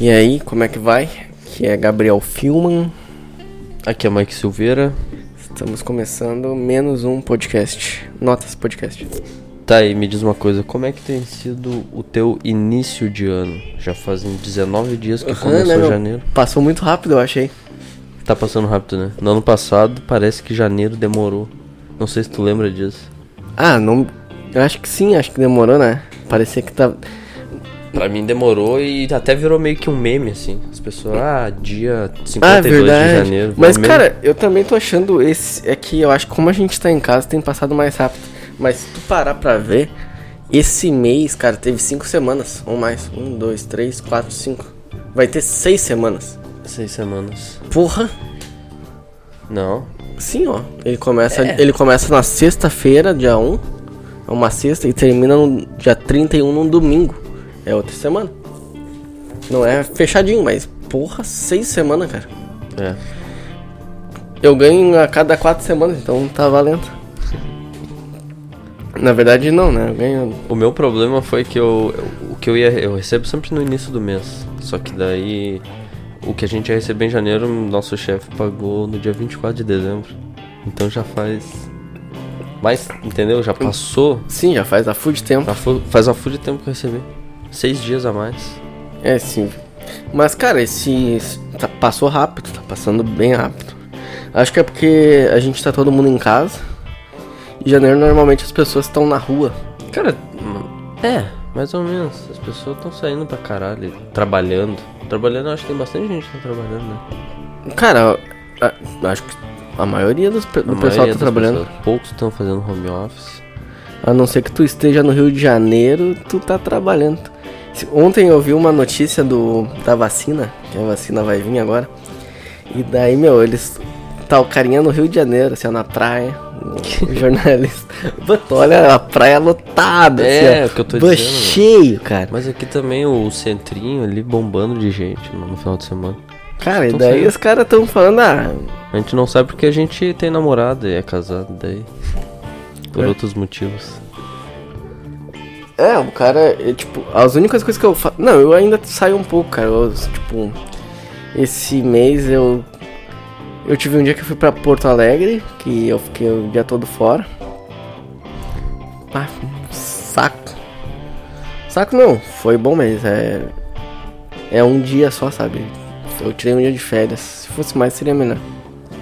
E aí, como é que vai? Aqui é Gabriel Filman. Aqui é Mike Silveira. Estamos começando menos um podcast. Notas podcast. Tá aí, me diz uma coisa, como é que tem sido o teu início de ano? Já fazem 19 dias que Aham, né, começou meu? janeiro. Passou muito rápido, eu achei. Tá passando rápido, né? No ano passado parece que janeiro demorou. Não sei se tu lembra disso. Ah, não. Eu acho que sim, acho que demorou, né? Parecia que tá. Pra mim demorou e até virou meio que um meme, assim. As pessoas, ah, dia 52 Ah, de verdade. janeiro. Mas, virou meme. cara, eu também tô achando esse. É que eu acho que como a gente tá em casa, tem passado mais rápido. Mas se tu parar pra ver, esse mês, cara, teve cinco semanas ou mais. Um, dois, três, quatro, cinco. Vai ter seis semanas. Seis semanas. Porra! Não. Sim, ó. Ele começa, ele começa na sexta-feira, dia 1. É uma sexta e termina no dia 31, num domingo. É outra semana. Não é fechadinho, mas porra, seis semanas, cara. É. Eu ganho a cada quatro semanas, então tá valendo. Na verdade, não, né? Eu ganho. O meu problema foi que eu, eu- o que eu ia eu recebo sempre no início do mês. Só que daí o que a gente ia receber em janeiro, nosso chefe pagou no dia 24 de dezembro. Então já faz mas entendeu? Já passou, Sim, já faz a food tempo. já fu- faz uma fuga de tempo que eu recebi. Seis dias a mais. É, sim. Mas, cara, esse. esse- tá- passou rápido, tá passando bem rápido. Acho que é porque a gente tá todo mundo em casa. Em janeiro, normalmente as pessoas estão na rua. Cara, hum, é, mais ou menos. As pessoas estão saindo pra caralho, trabalhando. Trabalhando, eu acho que tem bastante gente que tá trabalhando, né? Cara, a- acho que a maioria dos pe- do A pessoal maioria tá das trabalhando. pessoas, poucos estão fazendo home office. A não ser que tu esteja no Rio de Janeiro, tu tá trabalhando. Se- Ontem eu vi uma notícia do da vacina, que a vacina vai vir agora. E daí, meu, eles. Tá o carinha no Rio de Janeiro, assim, ó, na praia. O jornalista. Puta, olha a praia lotada, assim, É, ó. o que eu tô Pô, dizendo, cheio, cara. Mas aqui também o centrinho ali bombando de gente no no final de semana. Cara, e Tão daí saindo. os caras tão falando, ah, A gente não sabe porque a gente tem namorada e é casado daí. Por outros motivos. É, o cara, é, tipo, as únicas coisas que eu faço. Não, eu ainda saio um pouco, cara. Eu, tipo, esse mês eu. Eu tive um dia que eu fui pra Porto Alegre, que eu fiquei o dia todo fora. Ah, saco. Saco não, foi bom mês. É. É um dia só, sabe? Eu tirei um dia de férias. Se fosse mais, seria melhor.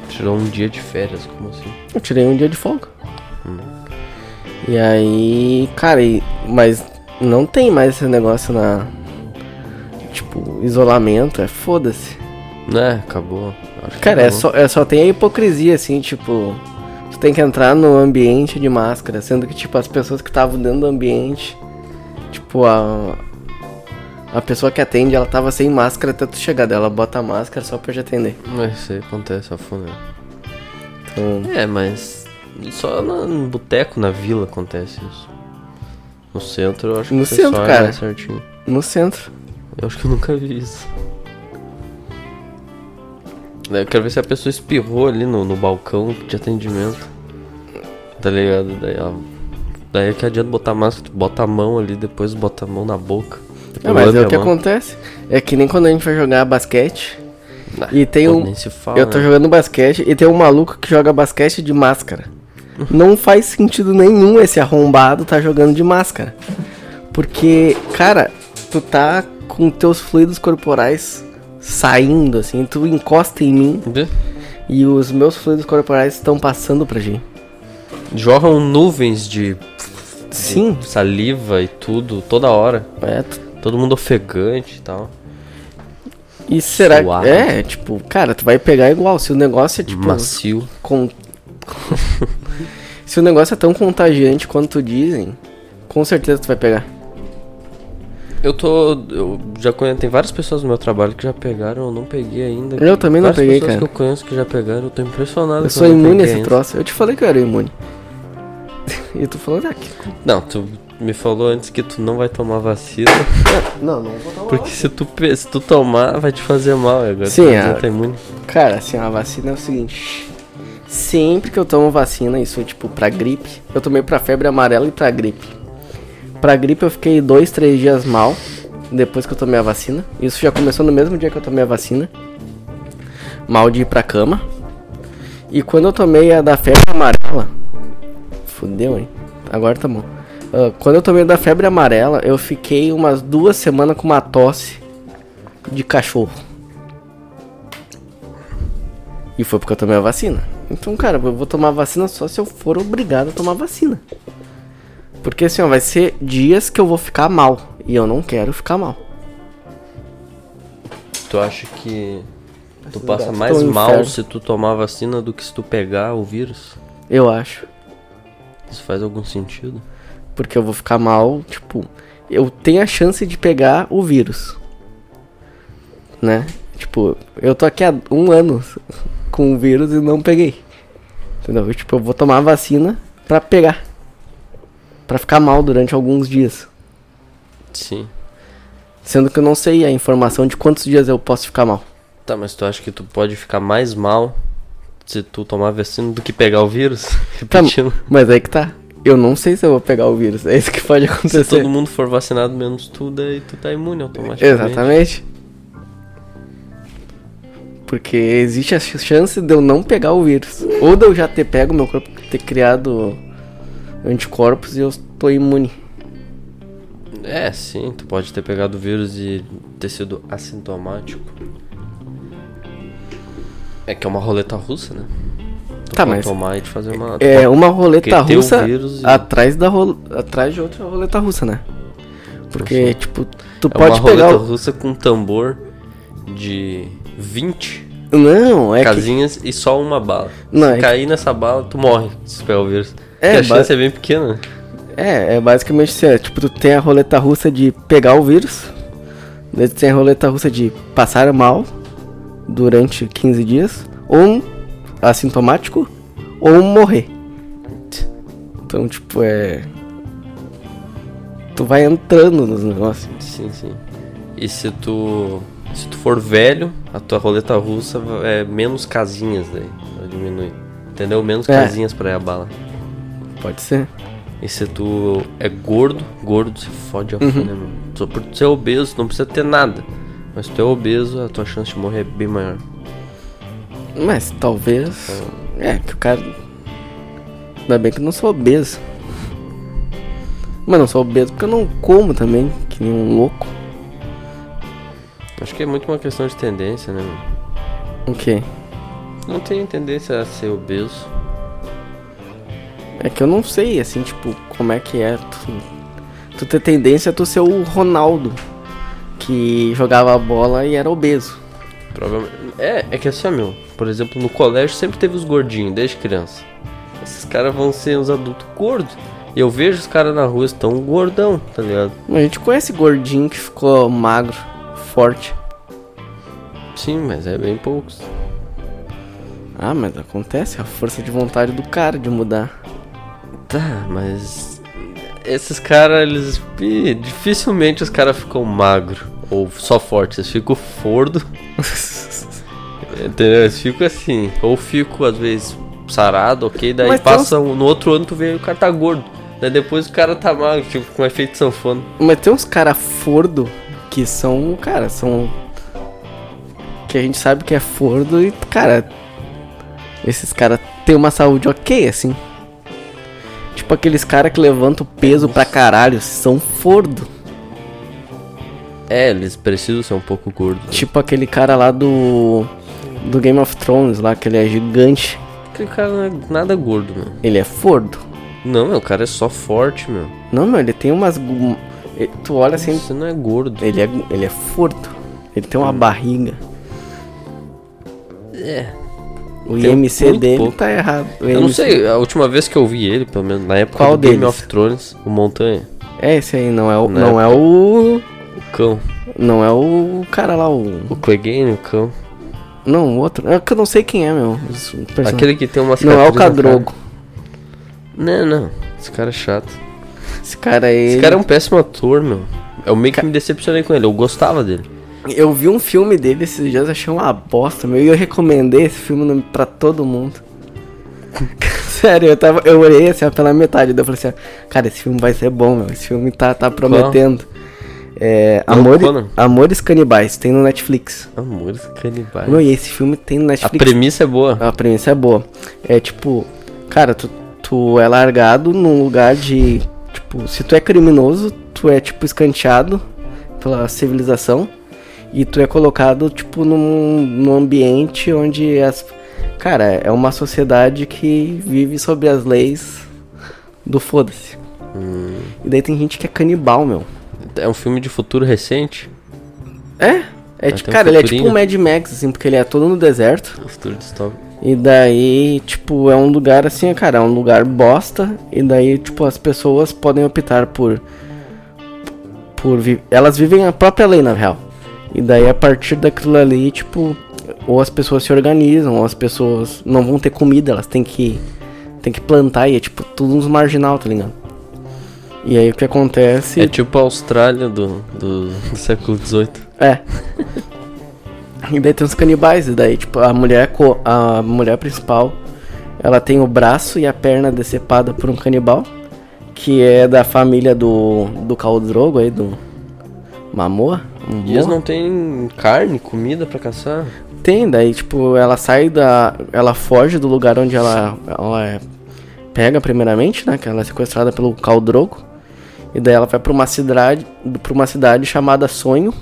Tirou um dia de férias, como assim? Eu tirei um dia de folga. E aí, cara, e- mas não tem mais esse negócio na. Tipo, isolamento, é foda-se. Né, acabou. Acho que Cara, é acabou. só, é só tem a hipocrisia, assim, tipo. Tu tem que entrar no ambiente de máscara, sendo que, tipo, as pessoas que estavam dentro do ambiente. Tipo, a. A pessoa que atende, ela tava sem máscara até tu chegar dela. Bota a máscara só pra te atender. É, Isso aí acontece, a fundo. né? Então, É, mas. Só na- no boteco, na vila acontece isso. No centro eu acho que No o pessoal centro, é cara. mais certinho. no centro. Eu acho que eu nunca vi isso. Daí Eu quero ver se a pessoa espirrou ali no, no balcão de atendimento. Tá ligado? Daí ela. Daí é que adianta botar máscara, tu bota a mão ali, depois bota a mão na boca. Não, depois mas lambe é a o que mão. acontece. É que nem quando a gente vai jogar basquete. Ah, E tem pô, um. Nem se fala. Eu tô né? jogando basquete e tem um maluco que joga basquete de máscara. Não faz sentido nenhum esse arrombado tá jogando de máscara. Porque, cara, tu tá com teus fluidos corporais saindo, assim, tu encosta em mim Vê? e os meus fluidos corporais estão passando pra ti. Jogam nuvens de Sim, saliva e tudo, toda hora. é, tu Todo mundo ofegante e tal. E será Suado. que. É, tipo, cara, tu vai pegar igual. Se o negócio é tipo. Macio. con- Se o negócio é tão contagiante quanto dizem, com certeza tu vai pegar. Eu tô. Eu já conheço. Tem várias pessoas no meu trabalho que já pegaram, eu não peguei ainda. Eu também não várias peguei, cara. pessoas que eu conheço que já pegaram, eu tô impressionado. Eu que sou não imune a peguei esse ainda. troço. Eu te falei que eu era imune. e tu falou "Ah, daqui. Não, tu me falou antes que tu não vai tomar vacina. Não, não vou tomar. Porque se tu, pe- se tu tomar, vai te fazer mal. e Agora Sim, é. tu a- dizendo que tá imune. Cara, assim, a vacina é o seguinte. Sempre que eu tomo vacina, isso tipo pra gripe, eu tomei pra febre amarela e pra gripe. Pra gripe eu fiquei dois, três dias mal. depois que eu tomei a vacina. Isso já começou no mesmo dia que eu tomei a vacina. Mal de ir pra cama. E quando eu tomei a da febre amarela. Fudeu, hein? Agora tá bom. Ah, quando eu tomei a da febre amarela, eu fiquei umas duas semanas com uma tosse de cachorro. E foi porque eu tomei a vacina. Então, cara, eu vou tomar vacina só se eu for obrigado a tomar vacina. Porque assim, ó, vai ser dias que eu vou ficar mal. E eu não quero ficar mal. Tu acha que tu do passa gato. mais Tô no mal inferno. se tu tomar vacina do que se tu pegar o vírus? Eu acho. Isso faz algum sentido? Porque eu vou ficar mal, tipo, eu tenho a chance de pegar o vírus. Né? Tipo, eu tô aqui há um ano com o vírus e não peguei. Entendeu? Tipo, eu vou tomar a vacina pra pegar. Pra ficar mal durante alguns dias. Sim. Sendo que eu não sei a informação de quantos dias eu posso ficar mal. Tá, mas tu acha que tu pode ficar mais mal se tu tomar vacina do que pegar o vírus? Tá, Repetindo. mas aí que tá. Eu não sei se eu vou pegar o vírus. É isso que pode acontecer. Se todo mundo for vacinado menos tu, daí tu tá imune automaticamente. Exatamente. Porque existe a ch- chance de eu não pegar o vírus. Ou de eu já ter pego, meu corpo ter criado anticorpos e eu tô imune. É, sim, tu pode ter pegado o vírus e ter sido assintomático. É que é uma roleta russa, né? Tu Tá, pode mas- tomar e te fazer uma. É uma roleta Porque tem um russa vírus e- atrás da rol... atrás de outra roleta russa, né? Porque, Sim. tipo, tu É pode uma roleta pegar. o- russa com tambor de 20 Não, é que. casinhas e só uma bala. Não, se é cair nessa bala, tu morre se pegar o vírus. É, Porque a ba- chance é bem pequena. né? É, é basicamente assim, é, tipo, tu tem a roleta russa de pegar o vírus, daí tu tem a roleta russa de passar mal durante 15 dias, ou um assintomático, ou um morrer. Então, tipo, é... Tu vai entrando nos negócios. Sim, sim. E se tu. Se tu for velho, a tua roleta russa é menos casinhas daí. Ela diminui. Entendeu? Menos É. casinhas pra ir a bala. Pode ser. E se tu é gordo, gordo se fode a fundo, né, mano? Só por tu ser obeso, tu não precisa ter nada. Mas se tu é obeso, a tua chance de morrer é bem maior. Mas talvez... É, que o cara... Ainda bem que eu não sou obeso. Mas não sou obeso porque eu não como também, que nem um louco. Acho que é muito uma questão de tendência, né, mano? O quê? Não tem tendência a ser obeso. É que eu não sei, assim, tipo, como é que é. Tu, tu ter tendência a tu ser o Ronaldo, que jogava a bola e era obeso. Provavelmente. É, é que assim, ó, meu. Por exemplo, no colégio sempre teve os gordinhos, desde criança. Esses caras vão ser uns adultos gordos. E eu vejo os caras na rua estão gordão, tá ligado? Mas a gente conhece gordinho que ficou magro, forte. Sim, mas é bem poucos. Ah, mas acontece, é a força de vontade do cara de mudar. Tá, mas. Esses caras, eles. Ih, Dificilmente os caras ficam magro ou só fortes. Eles ficam fordo. Entendeu? Eles ficam assim. Ou fico, às vezes, sarado, ok? Daí Mas tem passa. um- No outro ano tu vê o cara tá gordo. Daí depois o cara tá magro, tipo, com efeito sanfona. Mas tem uns cara fordo que são, cara, são. Que a gente sabe que é fordo e, cara. Esses caras têm uma saúde ok, assim. Tipo aqueles caras que levantam peso pra caralho, são fordo. É, eles precisam ser um pouco gordos. Tipo aquele cara lá do. Do Game of Thrones lá, que ele é gigante. Aquele cara não é nada gordo, meu. Ele é fordo. Não, meu, o cara é só forte, meu. Não, meu, ele tem umas. gu- e- Tu olha assim, Você não é gordo. ele é, ele é fordo. Ele tem uma barriga. Hum. É. O Tem IMC muito dele pouco. tá errado. O Eu não IMC sei, a última vez que eu vi ele, pelo menos, na época Qual do Game deles? of Thrones, o Montanha, É, esse aí não é o. Né? Não é o. o cão. Não é o cara lá, o. O Clegane, o cão. Não, o outro. É que eu não sei quem é, meu. os personagens. Aquele que tem uma Não é o cicatriz na cara. Cadrogo. Não, não. Esse cara é chato. Esse cara aí. Esse cara é um péssimo ator, meu. Eu meio que me decepcionei com ele. Eu gostava dele. Eu vi um filme dele esses dias, achei uma bosta, meu. E eu recomendei esse filme no- pra todo mundo. Sério, eu, tava, eu olhei assim, ó, pela metade. Daí eu falei assim, ó, cara, esse filme vai ser bom, meu. Esse filme tá, tá prometendo. É, Não, Amor- Conan. Amores Canibais, tem no Netflix. Amores canibais. Meu, e esse filme tem no A Netflix. premissa é boa. A premissa é boa. É tipo, cara, tu, tu é largado num lugar de. Tipo, se tu é criminoso, tu é tipo escanteado pela civilização. E tu é colocado, tipo, num, num ambiente onde as. Cara, é uma sociedade que vive sobre as leis do foda-se. Hum. E daí tem gente que é canibal, meu. É um filme de futuro recente. É? É, É, tipo, tem um cara, ele é tipo um Mad futurinho. Max, assim, porque ele é todo no deserto. Futuro distópico. E daí, tipo, é um lugar assim, cara, é um lugar bosta. E daí, tipo, as pessoas podem optar por. por vi- Elas vivem a própria lei, na real. E daí, a partir daquilo ali, tipo, ou as pessoas se organizam, ou as pessoas não vão ter comida, elas têm que. têm que plantar. E é, tipo, tudo uns marginal, tá ligado? E aí, o que acontece. É tipo a Austrália do, do, do século XVIII. É. e daí tem os canibais, e daí, tipo, a mulher, co- a mulher principal, ela tem o braço e a perna decepada por um canibal, que é da família do, do Khal Drogo aí, do Mamoa. Um E eles não têm carne, comida pra caçar. Tem, daí, tipo, ela sai da... Ela foge do lugar onde ela, ela é- pega primeiramente, né, que ela é sequestrada pelo Khal Drogo. E daí ela vai pra uma cidade, pra uma cidade chamada Sonho,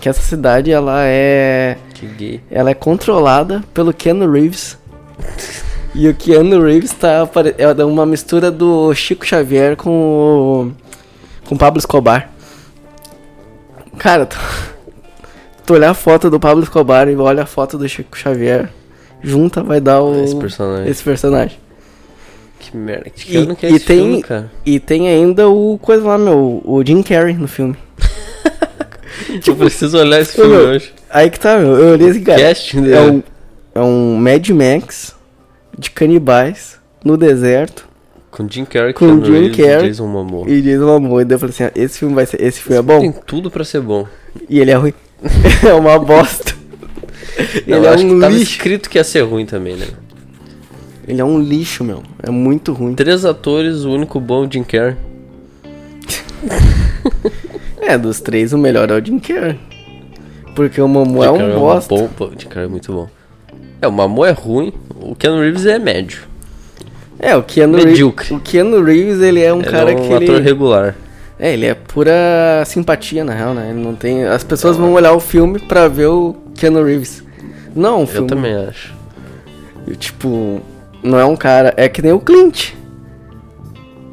que essa cidade, ela é... Que gay. Ela é controlada pelo Keanu Reeves. e o Keanu Reeves tá apare- é uma mistura do Chico Xavier com o com o Pablo Escobar. Cara, tu... tu olhar a foto do Pablo Escobar e olha a foto do Chico Xavier, junta vai dar o Esse personagem. Então, esse personagem. Que merda. Que E- cara não quer e esse tem- filme, cara. E tem ainda o coisa lá, meu, o Jim Carrey no filme. Eu preciso olhar esse filme Meu, hoje. né? Aí que tá, meu, eu olhei esse tipo, cara. Casting dele. É um, é um Mad Max de canibais no deserto Com Jim Carrey, com Keanu Jim Reeves e Carrey Jason Momoa. e diz uma boa. E daí eu falei assim: ah, esse filme vai ser. Esse filme é Tem bom? tudo pra ser bom. E ele é ruim. é uma bosta. Não, ele é acho que um tava lixo. escrito que ia ser ruim também, né? Ele é um lixo, meu. É muito ruim. Três atores, o único bom é o Jim Carrey. É, dos três, o melhor é o Jim Carrey. Porque o Mamu é Jim um Carrey bosta. É uma bomba. O Jim Carrey é muito bom. É, o Mamô é ruim, o Keanu Reeves é médio. É, o Keanu Reeves. Medíocre. O Keanu Reeves, ele é um Ele cara é um que ator ele. regular. É, ele é pura simpatia, na real, né? Ele não tem. As pessoas É. vão olhar o filme pra ver o Keanu Reeves. Não, é um Eu filme. também acho. E, Tipo, não é um cara. É que nem o Clint.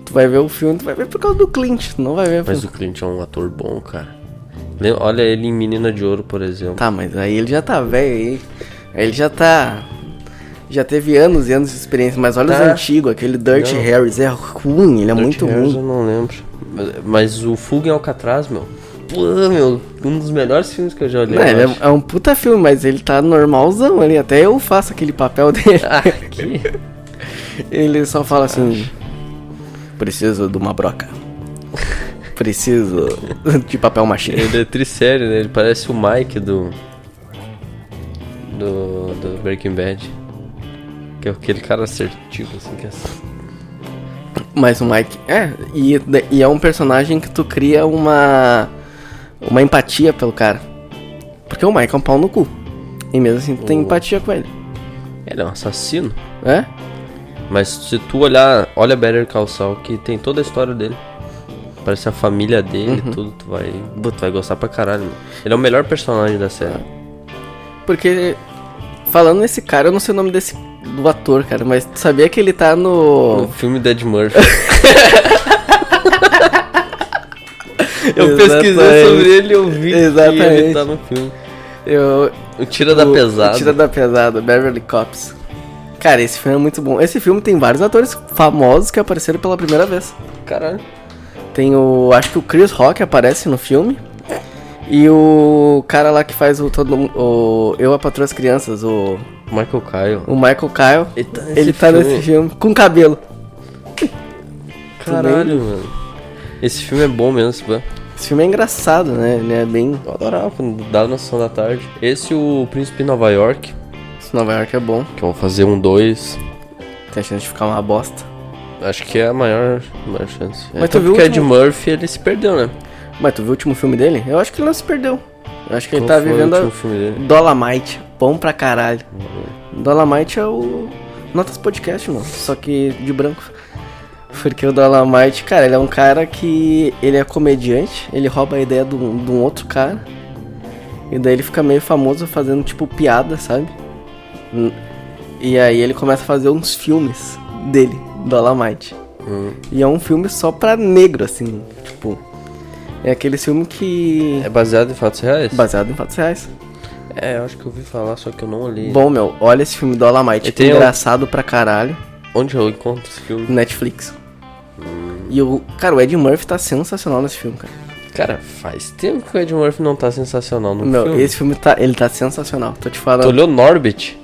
Tu vai ver o filme, tu vai ver por causa do Clint, tu não vai ver Mas filme. o Clint é um ator bom, cara. Le- Olha ele em Menina de Ouro, por exemplo. Tá, mas aí ele já tá velho aí. Aí ele já tá. Já teve anos e anos de experiência, mas olha os Tá. antigos, aquele Dirty Não. Harris, é ruim, ele é Dirty muito Harry ruim. Eu não lembro. Mas, mas o Fuga em Alcatraz, meu. Pô, meu. Um dos melhores filmes que eu já olhei. Não, eu ele acho. é, é um puta filme, mas ele tá normalzão ali, até eu faço aquele papel dele. Ah, que... Ele só fala assim: Preciso de uma broca. Preciso de papel machê. Ele é trissério, né? Ele parece o Mike do... Do, do Breaking Bad. Que é aquele cara assertivo, assim, que é... Mas o Mike. É, e, e é um personagem que tu cria uma. Uma empatia pelo cara. Porque o Mike é um pau no cu. E mesmo assim tu tem O- empatia com ele. Ele é um assassino. É? Mas se tu olhar... Olha Better Call Saul, que tem toda a história dele. Parece a família dele, tudo. Tu vai... Tu vai gostar pra caralho, meu. Ele é o melhor personagem da série. Porque. Falando nesse cara, eu não sei o nome desse. Do ator, cara, mas tu sabia que ele tá O no. filme Dead Murphy. Exatamente. eu pesquisei sobre ele e eu vi que Exatamente. ele tá no filme. Eu. O Tira da o- Pesada. o Tira da Pesada, Beverly Cops. Cara, esse filme é muito bom. Esse filme tem vários atores famosos que apareceram pela primeira vez. Caralho. Tem o. Acho que o Chris Rock aparece no filme. E o cara lá que faz o todo mundo- o Eu a Patroa as Crianças, o, Michael Caio. o Michael Kyle. Ele tá nesse Ele tá filme. nesse filme com cabelo. Caralho, mano. Esse filme é bom mesmo, pá. Esse filme é engraçado, né? Ele é bem. Eu adorava quando dava na sessão da tarde. Esse e o Príncipe em Nova York, Esse Nova York é bom. que vão fazer um dois. Tem a chance de ficar uma bosta. Acho que é a maior, maior chance. Mas Mas tu tu viu o porque é de último- Murphy ele se perdeu, né? Mas tu viu o último filme dele? Eu acho que ele não se perdeu. Eu acho que ele Qual tá foi o vivendo último a... filme dele? Dolomite. Bom pra caralho. Dolomite é o. Notas podcast, mano. Só que de branco. Porque o Dolomite, cara, ele é um cara que. Ele é comediante, ele rouba a ideia de um, de um outro cara. E daí ele fica meio famoso fazendo, tipo, piada, sabe? Hum. E aí ele começa a fazer uns filmes dele, Dolomite. Hum. E é um filme só pra negro, assim, tipo. É aquele filme que. É baseado em fatos reais? Baseado em fatos reais. É, eu acho que eu ouvi falar, só que eu não olhei. Bom, meu, olha esse filme Dolomite. E tem o- engraçado pra caralho. Onde eu encontro esse filme? Netflix. E o. Cara, o Ed Murphy tá sensacional nesse filme, cara. Cara, faz tempo que o Ed Murphy não tá sensacional no Meu, filme. esse filme tá. Ele tá sensacional. Tô te Tu falando. olhou Norbit?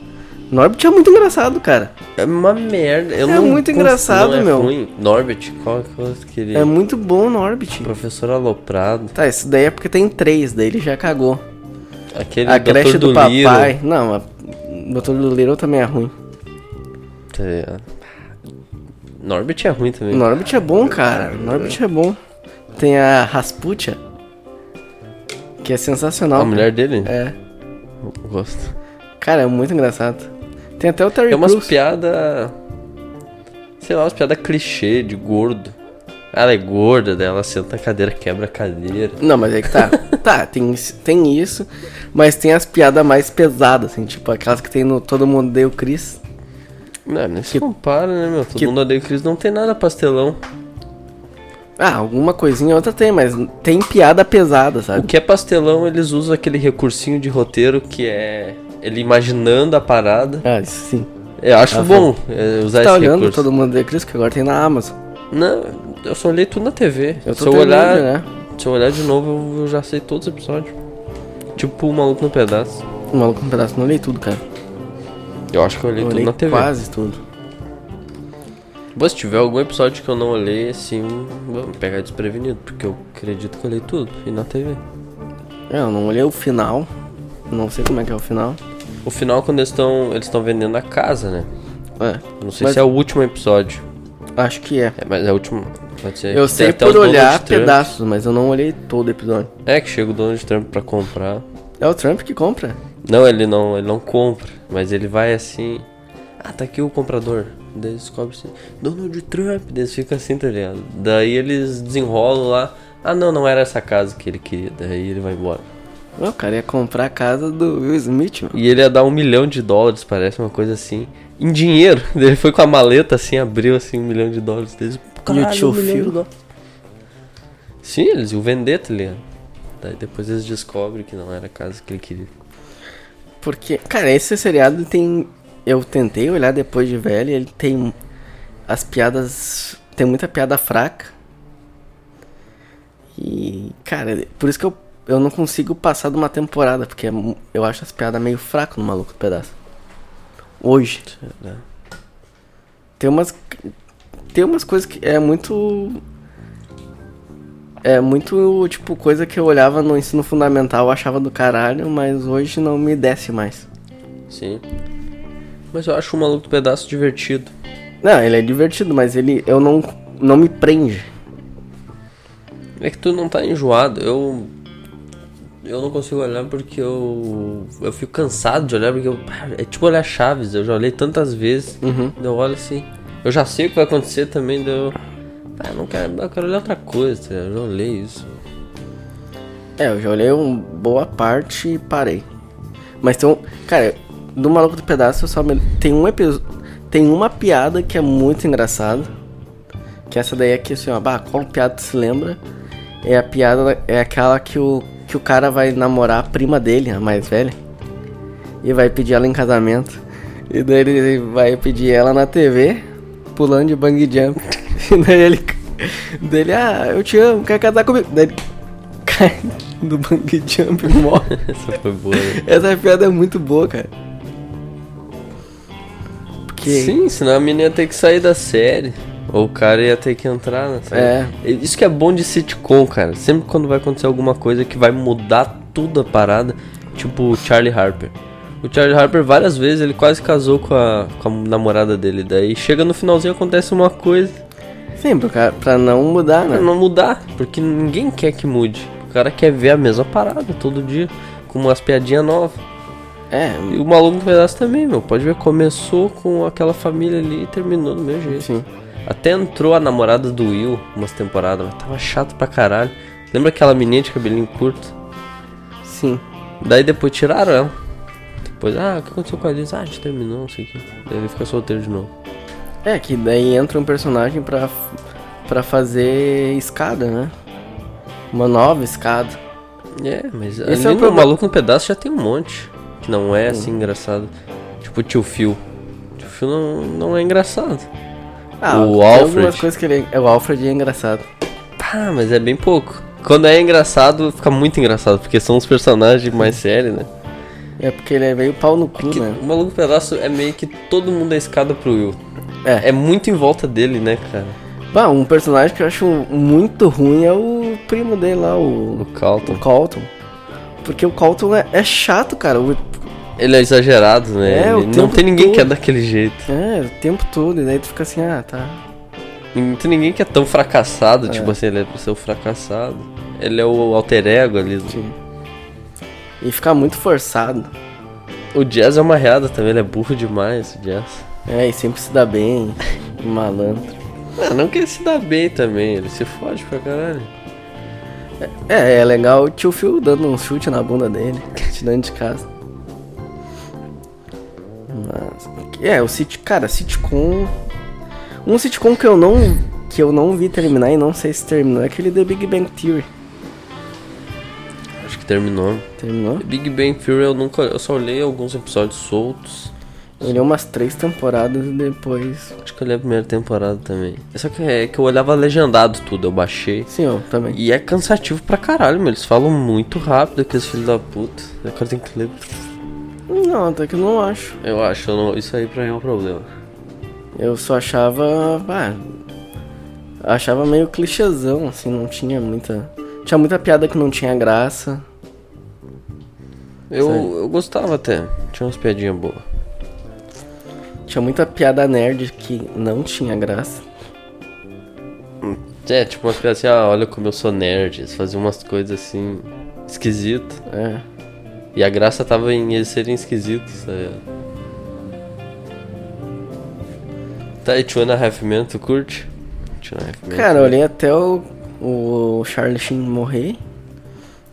Norbit é muito engraçado, cara. É uma merda. Eu É não muito cons- engraçado, não é meu. Ruim. Norbit, qual que eu queria? É muito bom o Norbit. Professor Aloprado. Tá, isso daí é porque tem três, daí ele já cagou. Aquele a Dr. creche do, Dolittle, papai. Não, a... Doutor do Little também é ruim. tá ligado? Norbit é ruim também. Norbit é bom, cara. Norbit é bom. Tem a Rasputia. Que é sensacional. A mulher dele? É. Eu gosto. Cara, é muito engraçado. Tem até o Terry É umas Crews. piadas. Sei lá, umas piadas clichê de gordo. Ela é gorda, daí ela senta na cadeira, quebra a cadeira. Não, mas é que tá. tá, tem, isso- tem isso, mas tem as piadas mais pesadas, assim, tipo aquelas que tem no Todo Mundo Odeia o Chris. Não, nem se Que- compara, né, meu? Todo que- mundo odeia o Cris, não tem nada pastelão. Ah, alguma coisinha outra tem, mas tem piada pesada, O sabe? que é pastelão, eles usam aquele recursinho de roteiro que é ele imaginando a parada. Ah, isso sim. Eu acho Ah, bom é, usar Tá esse olhando recurso. Todo Mundo Odeia o Chris, que agora tem na Amazon. Não, eu só olhei tudo na TV. Eu se tô eu terminando, olhar, né? se eu olhar de novo, eu, eu já sei todos os episódios. Tipo o maluco no pedaço. O maluco um pedaço, não olhei tudo, cara. Eu acho que eu olhei Eu tudo olhei na TV. quase tudo. Bom, se tiver algum episódio que eu não olhei, assim, vamos pegar desprevenido, porque eu acredito que eu olhei tudo e na TV. É, Eu não olhei o final. Não sei como é que é o final. O final quando eles estão eles estão vendendo a casa, né? É, Eu Não sei Mas- se é o último episódio. acho que é. É, mas é o último. Pode ser. Eu Tem sei até por o Donald olhar Trump. pedaços, mas eu não olhei todo o episódio. É que chega o Donald Trump pra comprar. É o Trump que compra? Não, ele não, ele não compra, mas ele vai assim. Ah, tá aqui o comprador. Daí eles descobrem assim, Donald Trump, daí eles ficam assim, tá ligado? Daí eles desenrolam lá. Ah não, não era essa casa que ele queria. Daí ele vai embora. Ué, O cara ia comprar a casa do Will Smith, mano. E ele ia dar um milhão de dólares, parece uma coisa assim. Em dinheiro. Daí Ele foi com a maleta assim, abriu assim um milhão de dólares. Deles, E o tio Phil? Sim, eles iam vender, tá ligado? Daí depois eles descobrem que não era a casa que ele queria. Porque, cara, esse seriado tem. Eu tentei olhar depois de velho, ele tem. As piadas. Tem muita piada fraca. E, cara, por isso que eu, eu não consigo passar de uma temporada, porque é mu- eu acho as piadas meio fraco no maluco do pedaço. Hoje. né? Tem umas. Tem umas coisas que é muito. É muito, tipo, coisa que eu olhava no ensino fundamental, eu achava do caralho, mas hoje não me desce mais. Sim. Mas eu acho o maluco do pedaço divertido. Não, ele é divertido, mas ele eu não não me prende. É que tu não tá enjoado. Eu. Eu não consigo olhar porque eu. Eu fico cansado de olhar porque eu. É tipo olhar Chaves, eu já olhei tantas vezes. Daí Eu olho assim. Eu já sei o que vai acontecer também, daí eu. Ah, eu não quero, eu quero olhar outra coisa, tá ligado? eu já olhei isso. É, eu já olhei uma boa parte e parei. Mas tem um, cara, do maluco do pedaço eu só me, tem um episódio, tem uma piada que é muito engraçada. Que essa daí é que assim, ó, bah, qual piada tu se lembra? É a piada da- é aquela que o que o cara vai namorar a prima dele, a mais velha, e vai pedir ela em casamento. E daí ele vai pedir ela na TV, pulando de bang jump. E daí ele daí ele, ah, eu te amo, quer casar comigo? Daí ele cai do bang jump e morre. Essa foi boa. né? Essa piada é muito boa, cara. Porque Sim, senão a menina ia ter que sair da série. Ou o cara ia ter que entrar né, na série. É. Isso que é bom de sitcom, cara. Sempre quando vai acontecer alguma coisa que vai mudar tudo a parada, tipo o Charlie Harper. O Charlie Harper, várias vezes, ele quase casou com a, com a namorada dele. Daí chega no finalzinho acontece uma coisa. Sempre, cara, pra não mudar, Pra né? não mudar, porque ninguém quer que mude. O cara quer ver a mesma parada todo dia, com umas piadinhas novas. É, E o maluco do pedaço também, meu. Pode ver, começou com aquela família ali e terminou do mesmo jeito. sim. Até entrou a namorada do Will umas temporadas, mas tava chato pra caralho. Lembra aquela menina de cabelinho curto? Sim. Daí depois tiraram ela. Depois, ah, o que aconteceu com a Liz? Ah, a gente terminou, não sei o que. Daí ele fica solteiro de novo. É, que daí entra um personagem pra, pra fazer escada, né? Uma nova escada. É, mas Esse Esse é o ali no problema. Maluco no Pedaço já tem um monte. Que não é assim engraçado. Tipo o tio Phil. Tio Phil não, não é engraçado. O Ah, tem algumas Alfred. coisas que ele... é- O Alfred é engraçado. Tá, mas é bem pouco. Quando é engraçado, fica muito engraçado, porque são os personagens mais sérios, né? É porque ele é meio pau no cu, Que né? o Maluco no Pedaço é meio que todo mundo é escada pro Will. É. É muito em volta dele, né, cara? Bah, um personagem que eu acho muito ruim é o primo dele lá, O o, o Carlton. Colton. Porque o Colton é, é chato, cara. O- Ele é exagerado, né? É, o Ele- não tempo tem ninguém que é todo. daquele jeito. é, o tempo todo. E daí tu fica assim, ah, tá. Não tem ninguém que é tão fracassado, tipo assim, ele é o seu fracassado. Ele é o alter ego ali. do- Sim. E fica muito forçado. O Jazz é uma reada também, ele é burro demais, o Jazz. É, e sempre se dá bem. um malandro. Ah, não que ele se dá bem também, ele se fode pra caralho. É, é legal o tio Phil dando um chute na bunda dele, tirando de casa. Mas, é, o sit, cara, sitcom. Um sitcom que eu não que eu não vi terminar e não sei se terminou é aquele The Big Bang Theory. Acho que terminou. Terminou? Big Bang Theory eu nunca. Eu só olhei alguns episódios soltos. Eu olhei umas três temporadas e depois. Acho que eu olhei a primeira temporada também. Só que é que eu olhava legendado tudo, eu baixei. Sim, eu também. E é cansativo pra caralho, meu. Eles falam muito rápido aqueles filhos da puta. Agora tem que ler. Não, até que eu não acho. Eu acho, eu não- isso aí pra mim é um problema. Eu só achava. Ah, achava meio clichêzão, assim, não tinha muita. Tinha muita piada que não tinha graça. Eu, Sério? eu gostava até. Tinha umas piadinhas boas. Tinha muita piada nerd que não tinha graça. É, tipo umas piadas assim, ah, olha como eu sou nerd. Eles faziam umas coisas assim. esquisitas. É. E a graça tava em eles serem esquisitos, tá ligado? Tá, e Two and a Half Men, tu curte? Two and a Half Men. Cara, eu olhei até o, o Charlie Sheen morrer.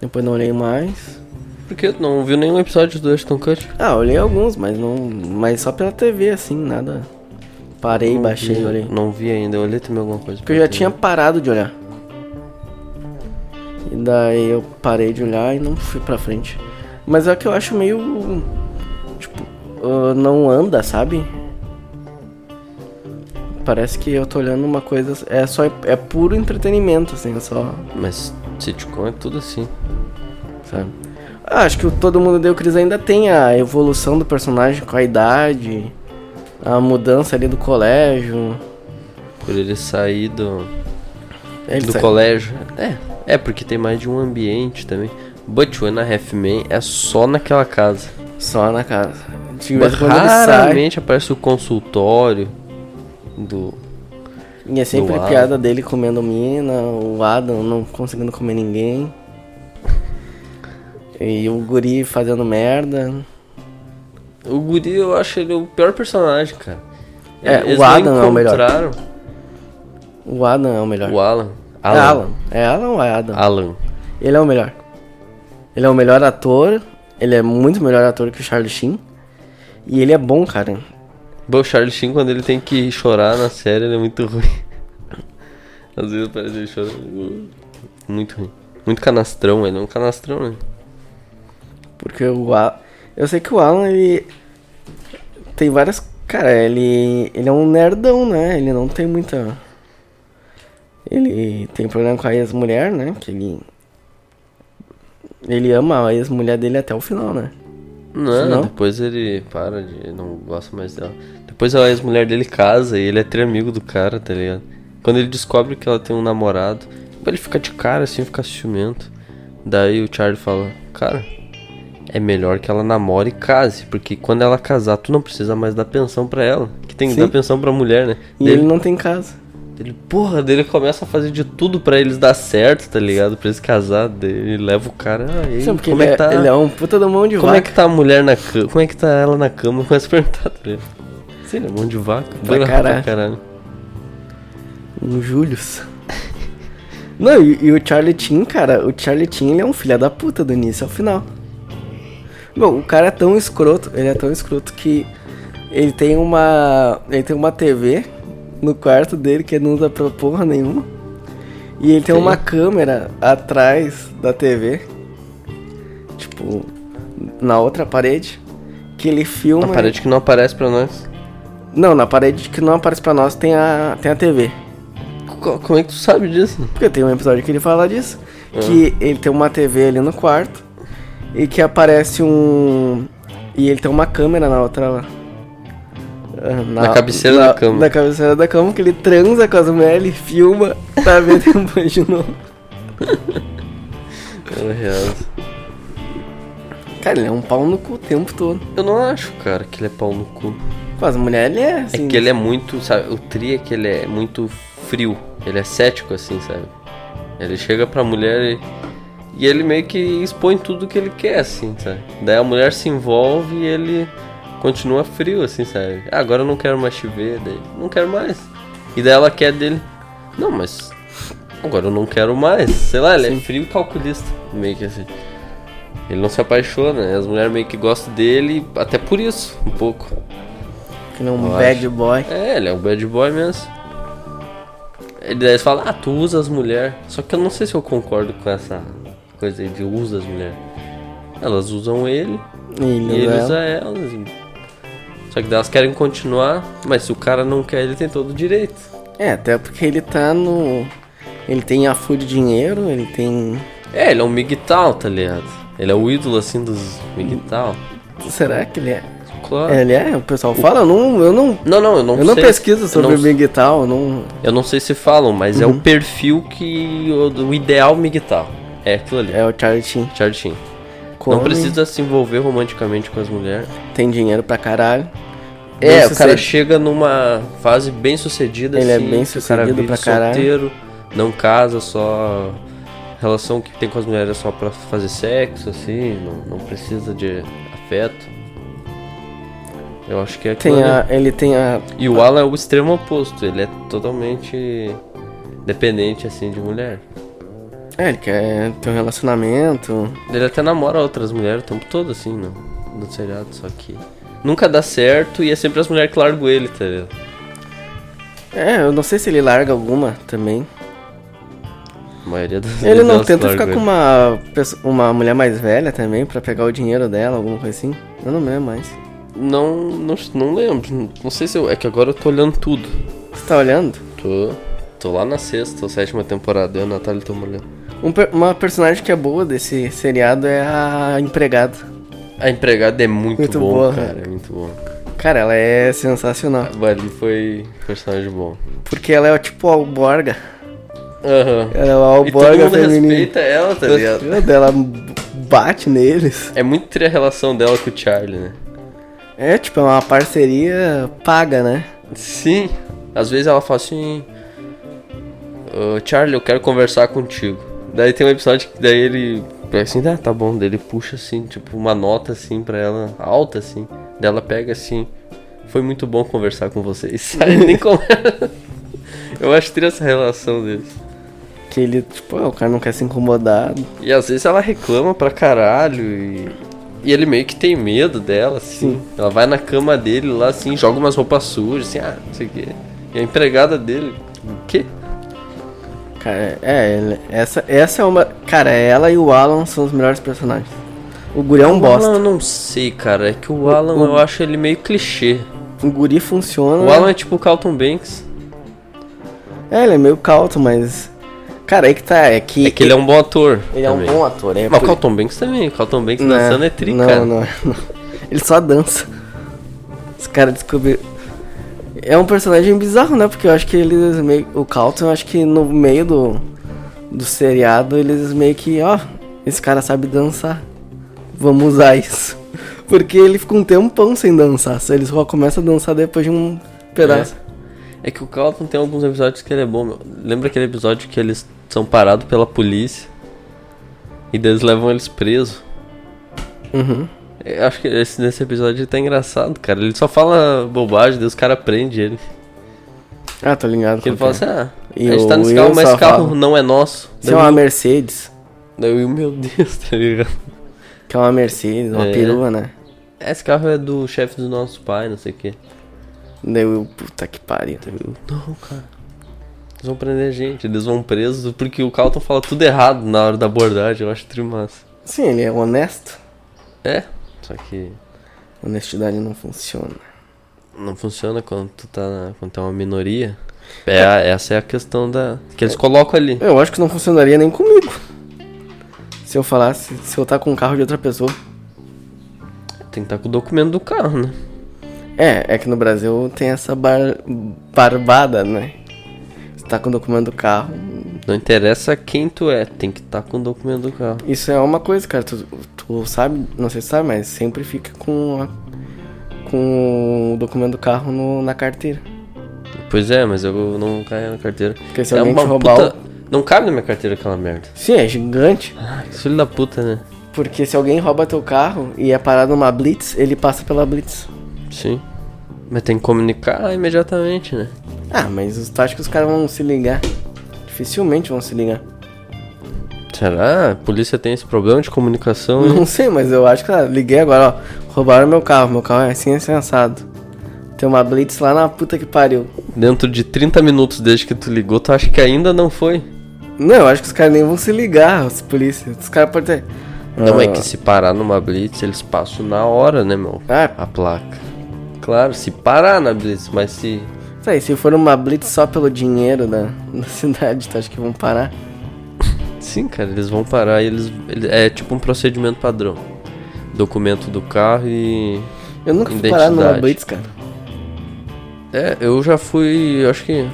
Depois não olhei mais. Por que tu não viu nenhum episódio do Ashton Kutcher? Ah, olhei alguns, mas não. Mas só pela TV, assim, nada. Parei, Não baixei vi, e olhei. Não vi ainda, eu olhei também alguma coisa. Porque eu já Uhum. tinha parado de olhar. E daí eu parei de olhar e não fui pra frente. Mas é que eu acho meio. Tipo, ah, não anda, sabe? Parece que eu tô olhando uma coisa. É só. É puro entretenimento, assim, é só. Mas sitcom é tudo assim. Sabe? Ah, acho que o todo mundo deu Cris ainda tem a evolução do personagem com a idade, a mudança ali do colégio. Por ele sair do, Ele do sai- colégio. É, é, porque tem mais de um ambiente também. But One and a Half Men é só naquela casa. Só na casa. De vez em quando ele sai. Raramente aparece o consultório do, E é sempre Do Adam. piada dele comendo mina, o Adam não conseguindo comer ninguém. E o guri fazendo merda. O Guri, eu acho ele o pior personagem, cara. É, Eles o Adam não é o melhor. encontraram O Adam é o melhor. O Alan. É Alan. É Alan ou é Adam? Alan. Ele é o melhor. Ele é o melhor ator. Ele é muito melhor ator que o Charlie Sheen. E ele é bom, cara. Bom, o Charlie Sheen, quando ele tem que chorar na série, ele é muito ruim. Às vezes parece ele chorando. Muito ruim. Muito canastrão, ele é um canastrão, né? Porque o Alan. Eu sei que o Alan, ele. Tem várias. Cara, ele. Ele é um nerdão, né? Ele não tem muita. Ele tem problema com a ex-mulher, né? Que ele. Ele ama a ex-mulher dele até o final, né? Não, Não? depois ele para de. ele não gosta mais dela. Depois a ex-mulher dele casa e ele é tri amigo do cara, tá ligado? Quando ele descobre que ela tem um namorado, ele fica de cara assim, fica ciumento. Daí o Charlie fala: Cara, é melhor que ela namore e case, porque quando ela casar, tu não precisa mais dar pensão pra ela. Que tem que Sim. dar pensão pra mulher, né? E Daí ele não tem casa. Ele, porra, dele começa a fazer de tudo pra eles dar certo, tá ligado? Pra eles casar, daí ele leva o cara. Ah, e aí, Sim, porque como ele, é que tá? é, ele é um puta do mão de Como é vaca. que tá a mulher na cama? Como é que tá ela na cama? Começa a perguntar pra ele. Sim, né? Mão de vaca. Dura caralho. Um Julius. Não, e, e o Charlie Chin, cara, o Charlie Chin ele é um filho da puta do início ao final. Bom, o cara é tão escroto, ele é tão escroto que ele tem uma. Ele tem uma TV no quarto dele que ele não usa pra porra nenhuma. E ele tem Sim. uma câmera atrás da TV. Tipo, na outra parede. Que ele filma. Uma parede que não aparece pra nós. Não, na parede que não aparece pra nós tem a, tem a TV. Co- Como é que tu sabe disso? Porque tem um episódio que ele fala disso. É. Que ele tem uma TV ali no quarto. E que aparece um. E ele tem uma câmera na outra. ah, Na cabeceira da cama. Na cabeceira da cama, que ele transa com as mulheres, ele filma pra ver depois de novo. Era real. Cara, ele é um pau no cu o tempo todo. Eu não acho, cara, que ele é pau no cu. Com as mulheres, ele é assim. É que ele é muito, sabe? O tri é que ele é muito frio. Ele é cético, assim, sabe? Ele chega pra mulher e, e ele meio que expõe tudo que ele quer, assim, sabe? Daí a mulher se envolve e ele continua frio, assim, sabe? Ah, agora eu não quero mais te ver, daí não quero mais. E daí ela quer dele. Não, mas agora eu não quero mais. Sei lá, ele é frio e calculista, meio que assim. Ele não se apaixona, né, as mulheres meio que gostam dele, até por isso, um pouco. Que ele é um Eu bad boy. É, ele é um bad boy mesmo. Ele daí fala, ah, tu usa as mulheres. Só que eu não sei se eu concordo com essa coisa aí de usa as mulheres. Elas usam ele E e ele é- é. ele usa usa elas. Só que daí elas querem continuar, mas se o cara não quer, ele tem todo o direito. ela. É, até porque ele tá no. Ele tem a full de dinheiro, ele tem. É, ele é um migtal, tá ligado? Ele é o ídolo assim dos migtal. Será que ele é? Claro. Ele é? O pessoal fala? Eu não, eu não Não, não, eu não Eu não sei. pesquiso sobre Uhum. eu o não, Miguel, não. eu não sei se falam, mas é o perfil que. O, o ideal migtal. É aquilo ali. É o Charlie Chin. Charlie Sheen. Come, Não precisa se envolver romanticamente com as mulheres. Tem dinheiro pra caralho. É, Bem o cara sucedido. chega numa fase bem sucedida, Ele é assim. bem que o cara sucedido vive pra caralho. solteiro, não casa, só... Relação que tem com as mulheres é só pra fazer sexo, assim, não, não precisa de afeto. Eu acho que é aquilo Tem ali. a, ele tem a. E o Alan é o extremo oposto, ele é totalmente dependente, assim, de mulher. É, ele quer ter um relacionamento. Ele até namora outras mulheres o tempo todo, assim, no, no seriado, só que. Nunca dá certo e é sempre as mulheres que largam ele, tá ligado? É, eu não sei se ele larga alguma também. A maioria das Ele vezes não elas tenta largam ficar com ele. uma, pesso- uma mulher mais velha também pra pegar o dinheiro dela, alguma coisa assim. Eu não lembro mais. Não, não. Não lembro. Não sei se eu. É que agora eu tô olhando tudo. Você tá olhando? Tô. Tô lá na sexta ou sétima temporada, eu e a Natália estamos olhando. Um per- uma personagem que é boa desse seriado é a empregada. A empregada é muito, Muito bom, boa, cara. né? É muito bom. Cara, ela é sensacional. A Ali foi personagem bom. Porque ela é tipo a alborga. Aham. Ela é a E todo alborga mundo feminina. respeita ela, tá ligado? Ela bate neles. É muito tri a relação dela com o Charlie, né? É, tipo, é uma parceria paga, né? Sim. Às vezes ela fala assim. "Ô, Charlie, eu quero conversar contigo. Daí tem um episódio que daí ele. pega Assim, ah, tá bom. Daí ele puxa assim, tipo, uma nota assim pra ela, alta assim. Daí ela pega assim. Foi muito bom conversar com vocês. Aí nem conversa. Eu acho que essa relação deles. Que ele, tipo, ah, o cara não quer ser incomodado. E às vezes ela reclama pra caralho e. E ele meio que tem medo dela, assim. Ela vai na cama dele lá, assim, joga umas roupas sujas, assim, ah, não sei o quê. E a empregada dele, o quê? Cara, é, ele- essa, essa é uma. Cara, ela e o Alan são os melhores personagens. O Guri é um Alan, bosta. eu não sei, cara. É que o Alan, o- Hum. eu acho ele meio clichê. O Guri funciona. O Alan é tipo o Carlton Banks. É, ele é meio calto, mas. Cara, aí que tá. É que, É que ele é um bom ator. ele é um também. bom ator, é. Mas o por- Carlton Banks também. O Carlton Banks Não, dançando é tri, Né. não, cara. Não, não. Ele só dança. Os caras descobriram. É um personagem bizarro, né? Porque eu acho que eles meio. O Carlton, eu acho que no meio do, do seriado, eles meio que, ó, esse cara sabe dançar. Vamos usar isso. Porque ele fica um tempão sem dançar. Só Ele só começa a dançar depois de um pedaço. É. É que o Carlton tem alguns episódios que ele é bom, meu. Lembra aquele episódio que eles são parados pela polícia e daí eles levam eles presos? Uhum. Eu acho que esse, nesse episódio ele tá engraçado, cara. Ele só fala bobagem, daí os caras prendem ele. Ah, tô ligado. Que ele fala qual assim, ah, E a gente tá o nesse Will carro, mas só esse carro fala- não é nosso. Isso é Daí uma o- Mercedes. Daí o Will, meu Deus, tá ligado? Que é uma Mercedes, uma É. perua, né? Esse carro é do chefe do nosso pai, não sei o quê. Daí eu, puta que pariu. Daí o Will, não, cara. Eles vão prender a gente, eles vão presos, porque o Carlton fala tudo errado na hora da abordagem, eu acho trimassa. Sim, ele é honesto. É, só que Honestidade não funciona. não funciona quando tu tá, na- quando tá uma minoria. É, a- essa é a questão da que eles colocam ali. Eu acho que não funcionaria nem comigo. Se eu falasse, se eu tá com o carro de outra pessoa. Tem que estar com o documento do carro, né? É, é que no Brasil tem essa bar- barbada, né? Você tá com o documento do carro. Não interessa quem tu é, tem que estar com o documento do carro. Isso é uma coisa, cara. Tu, tu sabe, não sei se sabe, mas sempre fica com, a- com o documento do carro no- na carteira. Pois é, mas eu não caio na carteira. Porque se é alguém uma te roubar puta- Não cabe na minha carteira aquela merda. Sim, é gigante. Ah, que filho da puta, né? Porque se alguém rouba teu carro e é parado numa blitz, ele passa pela blitz. Sim. Mas tem que comunicar imediatamente, né? Ah, mas os- tu acha que os caras vão se ligar? Dificilmente vão se ligar. Será? A polícia tem esse problema de comunicação? hein? Não sei, mas eu acho que ah, liguei agora, ó. Roubaram meu carro, meu carro é assim insensado. Tem uma Blitz lá na puta que pariu. Dentro de 30 minutos desde que tu ligou, tu acha que ainda não foi? Não, eu acho que os caras nem vão se ligar, os polícia. Os caras podem ter. Não Ah, é que se parar numa blitz, eles passam na hora, né, meu? Ah, A placa. Claro, se parar na blitz, mas se... tá aí, se for uma Blitz só pelo dinheiro da, da cidade, tu acha que vão parar? Sim, cara, eles vão parar e eles... ele- É tipo um procedimento padrão. Documento do carro e... Eu nunca fui parar numa Identidade. Blitz, cara. É, eu já fui, eu acho que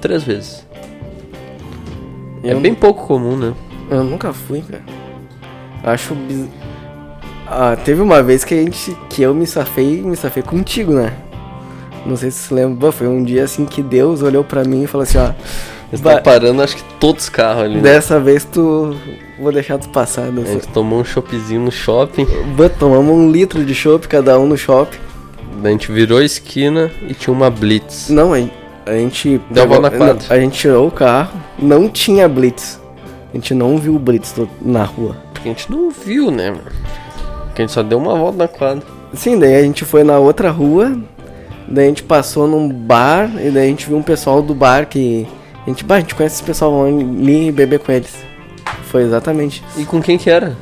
três vezes. Eu é bem pouco comum, né? Eu nunca fui, cara. Eu Acho biz... Ah, teve uma vez que a gente. que eu me safei me safei contigo, né? Não sei se você lembra, bah, foi um dia assim que Deus olhou pra mim e falou assim, ó. Eles "Bah, estão parando, acho que todos os carros ali. Né? dessa vez tu. Vou deixar tu passar. A Dessa... gente tomou um choppzinho no shopping, Bah, tomamos um litro de chopp, cada um no shopping. daí a gente virou a esquina e tinha uma blitz. Não, a, a gente. Deu a bola na pegou- quadra. não, A gente tirou o carro, não tinha Blitz. A gente não viu o Blitz do- na rua. Porque a gente não viu, né, mano? Porque a gente só deu uma volta na quadra. Sim, daí a gente foi na outra rua, daí a gente passou num bar, e daí a gente viu um pessoal do bar que. A gente, bah, a gente conhece esse pessoal, vamos ali beber com eles. Foi exatamente isso. E com quem que era?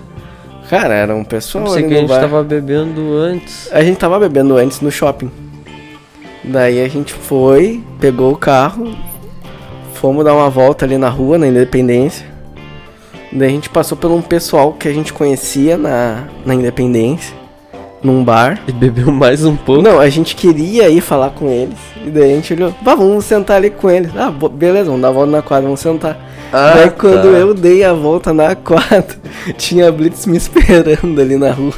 Cara, era um pessoal Então Não sei ali que a no gente bar. tava bebendo antes. A gente tava bebendo antes no shopping. Daí a gente foi, pegou o carro, fomos dar uma volta ali na rua, na Independência. Daí a gente passou por um pessoal que a gente conhecia na, na Independência, num bar. E bebeu mais um pouco. Não, a gente queria ir falar com eles. E daí a gente olhou, "Bah, vamos sentar ali com eles. Ah, bo- beleza, vamos dar a volta na quadra, vamos sentar. Ah, daí quando tá. eu dei a volta na quadra, tinha a Blitz me esperando ali na rua.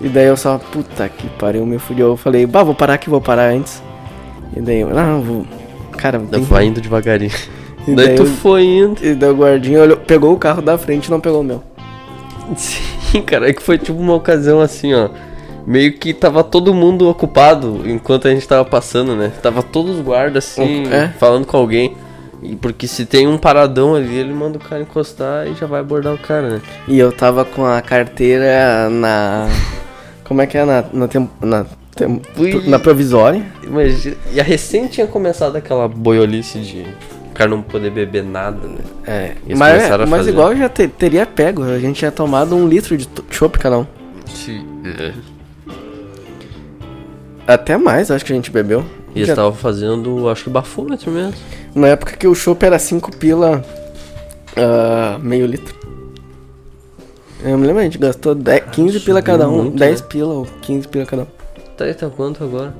e daí eu só, puta que pariu, me fudeu. Eu falei, bah, vou parar aqui, vou parar antes. E daí eu, não, vou. Cara, Daí tem... Vai indo devagarinho. E daí daí tu eu- foi indo. E daí o guardinha olhou, pegou o carro da frente e não pegou o meu. Sim, cara, é que foi tipo uma ocasião assim, ó. Meio que tava todo mundo ocupado enquanto a gente tava passando, né? Tava todos os guardas assim, É. falando com alguém. E porque se tem um paradão ali, ele manda o cara encostar e já vai abordar o cara, né? E eu tava com a carteira na. Como é que é? Na. Na, tem- na, tem- Ui. na provisória. Imagina. E a recém tinha começado aquela boiolice de o cara não poder beber nada, né? É. Eles mas começaram a mas fazer. igual eu já te- teria pego. A gente tinha tomado um litro de to- chopp cada um. é. Até mais, eu acho que a gente bebeu. E eles Já- estavam fazendo, acho que bafômetro mesmo. Na época que o chopp era 5 pila. ah, meio litro. Eu me lembro, a gente gastou 10, 15 pila cada um. Ah, muito, né? 10 pila ou 15 pila cada um. Tá, tá quanto agora?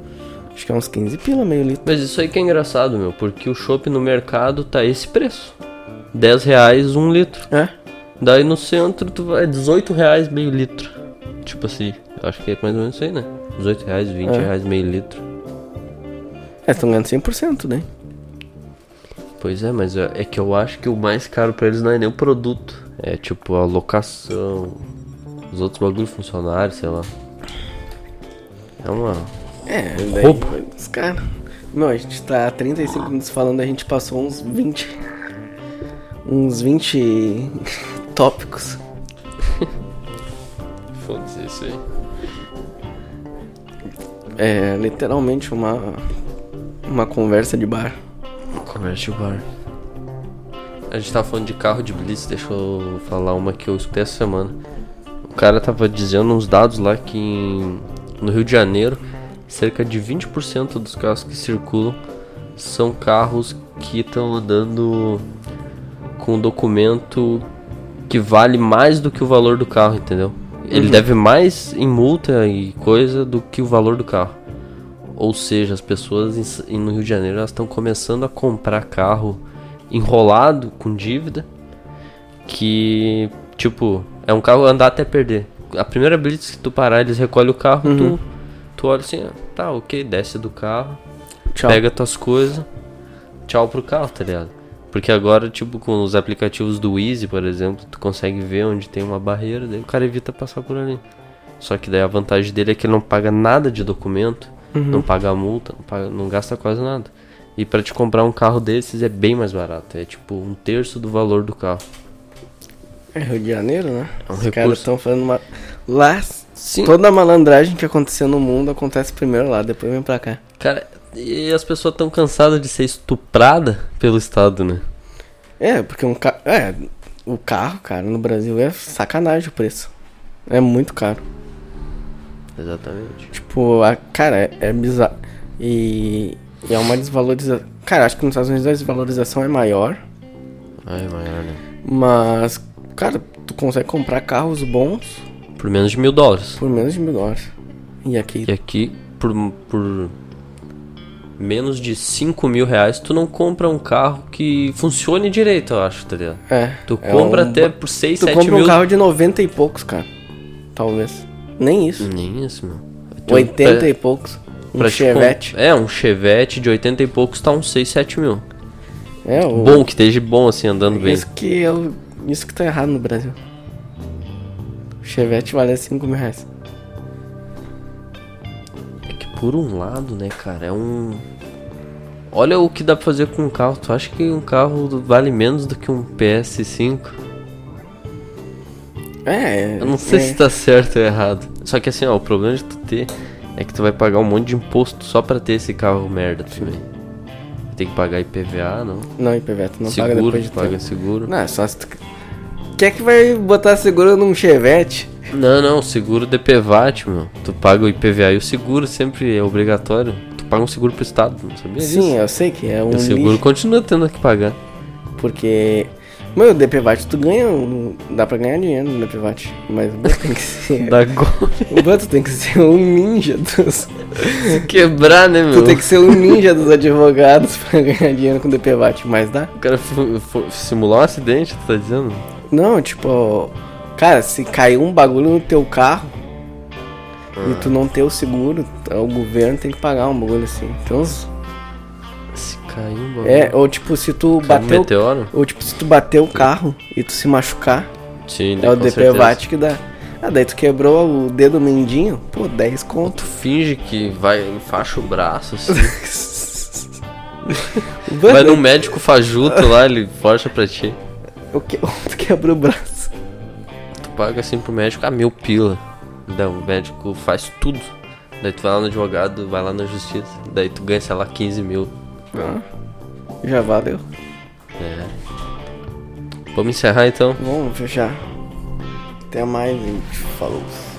Acho que é uns 15 pila, meio litro. Mas isso aí que é engraçado, meu, porque o chopp no mercado tá esse preço. 10 reais um litro. É? Daí no centro tu vai, é 18 reais meio litro. Tipo assim, acho que é mais ou menos isso aí, né? 18 reais, 20 É. reais meio litro. É, estão ganhando 100%, né? Pois é, mas é é que eu acho que o mais caro pra eles não é nem o produto. É tipo a locação, os outros bagulhos funcionários, sei lá. É uma. É, daí, Roubo. os caras. Meu, a gente tá há 35 minutos falando, a gente passou uns 20. Uns 20 tópicos. Foda-se isso aí. É literalmente uma. Uma conversa de bar. Comércio bar. A gente tava falando de carro de blitz, deixa eu falar uma que eu escutei essa semana. O cara tava dizendo uns dados lá que em- no Rio de Janeiro, cerca de 20% dos carros que circulam são carros que estão andando com documento que vale mais do que o valor do carro, entendeu? Ele deve mais em multa e coisa do que o valor do carro. Ou seja, as pessoas em- em- no Rio de Janeiro elas estão começando a comprar carro enrolado com dívida que tipo é um carro andar até perder. A primeira blitz que tu parar eles recolhem o carro, tu, tu olha assim, ah, tá ok, desce do carro, Tchau. pega tuas coisas, tchau pro carro, tá ligado? Porque agora, tipo, com os aplicativos do Easy, por exemplo, tu consegue ver onde tem uma barreira, daí o cara evita passar por ali. Só que daí a vantagem dele é que ele não paga nada de documento, não paga multa, não, paga- não gasta quase nada. E pra te comprar um carro desses é bem mais barato, é tipo um terço do valor do carro. É Rio de Janeiro, né? É um Os caras recurso. estão fazendo uma. Lá, Sim. toda a malandragem que aconteceu no mundo acontece primeiro lá, depois vem pra cá. Cara, e as pessoas tão cansadas de ser estuprada pelo Estado, né? É, porque um carro. É, o carro, cara, no Brasil é sacanagem o preço. É muito caro. Exatamente. Tipo, a, cara, é, é bizarro. E, e é uma desvalorização. Cara, acho que nos Estados Unidos a desvalorização é maior. Ai, maior, né? Mas, cara, tu consegue comprar carros bons Por menos de mil dólares. por menos de mil dólares. E aqui. E aqui, por, por menos de 5 mil reais, tu não compra um carro que funcione direito, eu acho, tá ligado? É. Tu é compra um- até por 6, Tu 7 compra mil. um carro de 90 e poucos, cara. Talvez. Nem isso. Nem isso, meu. Hum, Tu- 80 pra- e poucos. Um pra te com- Chevette. É, um Chevette de 80 e poucos tá uns 6, 7 mil. É, o... Bom, que esteja bom assim, andando bem. É Isso que, eu, isso que tá errado no Brasil. O Chevette vale 5 mil reais. É que por um lado, né, cara, é um. Olha o que dá pra fazer com um carro. Tu acha que um carro vale menos do que um PS5? É, Eu não sei é. se tá certo ou errado. Só que assim, ó, o problema de tu ter é que tu vai pagar um monte de imposto só pra ter esse carro merda também. Tem que pagar IPVA, não? Não, IPVET, não seguro, paga depois de paga tempo. seguro. Não, é só se tu... Quem é que vai botar seguro num Chevette? Não, não, seguro de PVAT, meu. Tu paga o IPVA e o seguro sempre é obrigatório. Tu paga um seguro pro estado, não sabia disso? Sim, eu sei que é um o seguro lixo, continua tendo que pagar. porque... Meu, o DPVAT tu ganha, um- dá pra ganhar dinheiro no DPVAT, mas o banco tem que ser... Da Gol- o banco tem que ser um ninja dos... Se quebrar, né, meu? Tu tem que ser um ninja dos advogados pra ganhar dinheiro com DPVAT, mas dá. O cara fu- fu- simular um acidente, tu tá dizendo? Não, tipo, cara, se caiu um bagulho no teu carro e Ah. tu não ter o seguro, o governo tem que pagar um bagulho assim. Então, Se caiu um bagulho. é, ou tipo, se tu Caiu um bateu, meteoro? ou tipo, se tu bater o carro e tu se machucar, Sim, é o com certeza. DPVAT que dá. Ah, daí tu quebrou o dedo mindinho, pô, 10 conto. Tu finge que vai, enfaixa o braço, assim. vai num médico fajuto lá, ele força pra ti. O que- tu quebrou o braço. Tu paga assim pro médico, ah, mil pila. Daí o médico faz tudo. Daí tu vai lá no advogado, vai lá na justiça. Daí tu ganha, sei lá, 15 mil. Ah, já valeu. É. Vamos encerrar então? Vamos fechar. Até mais, gente. Falou.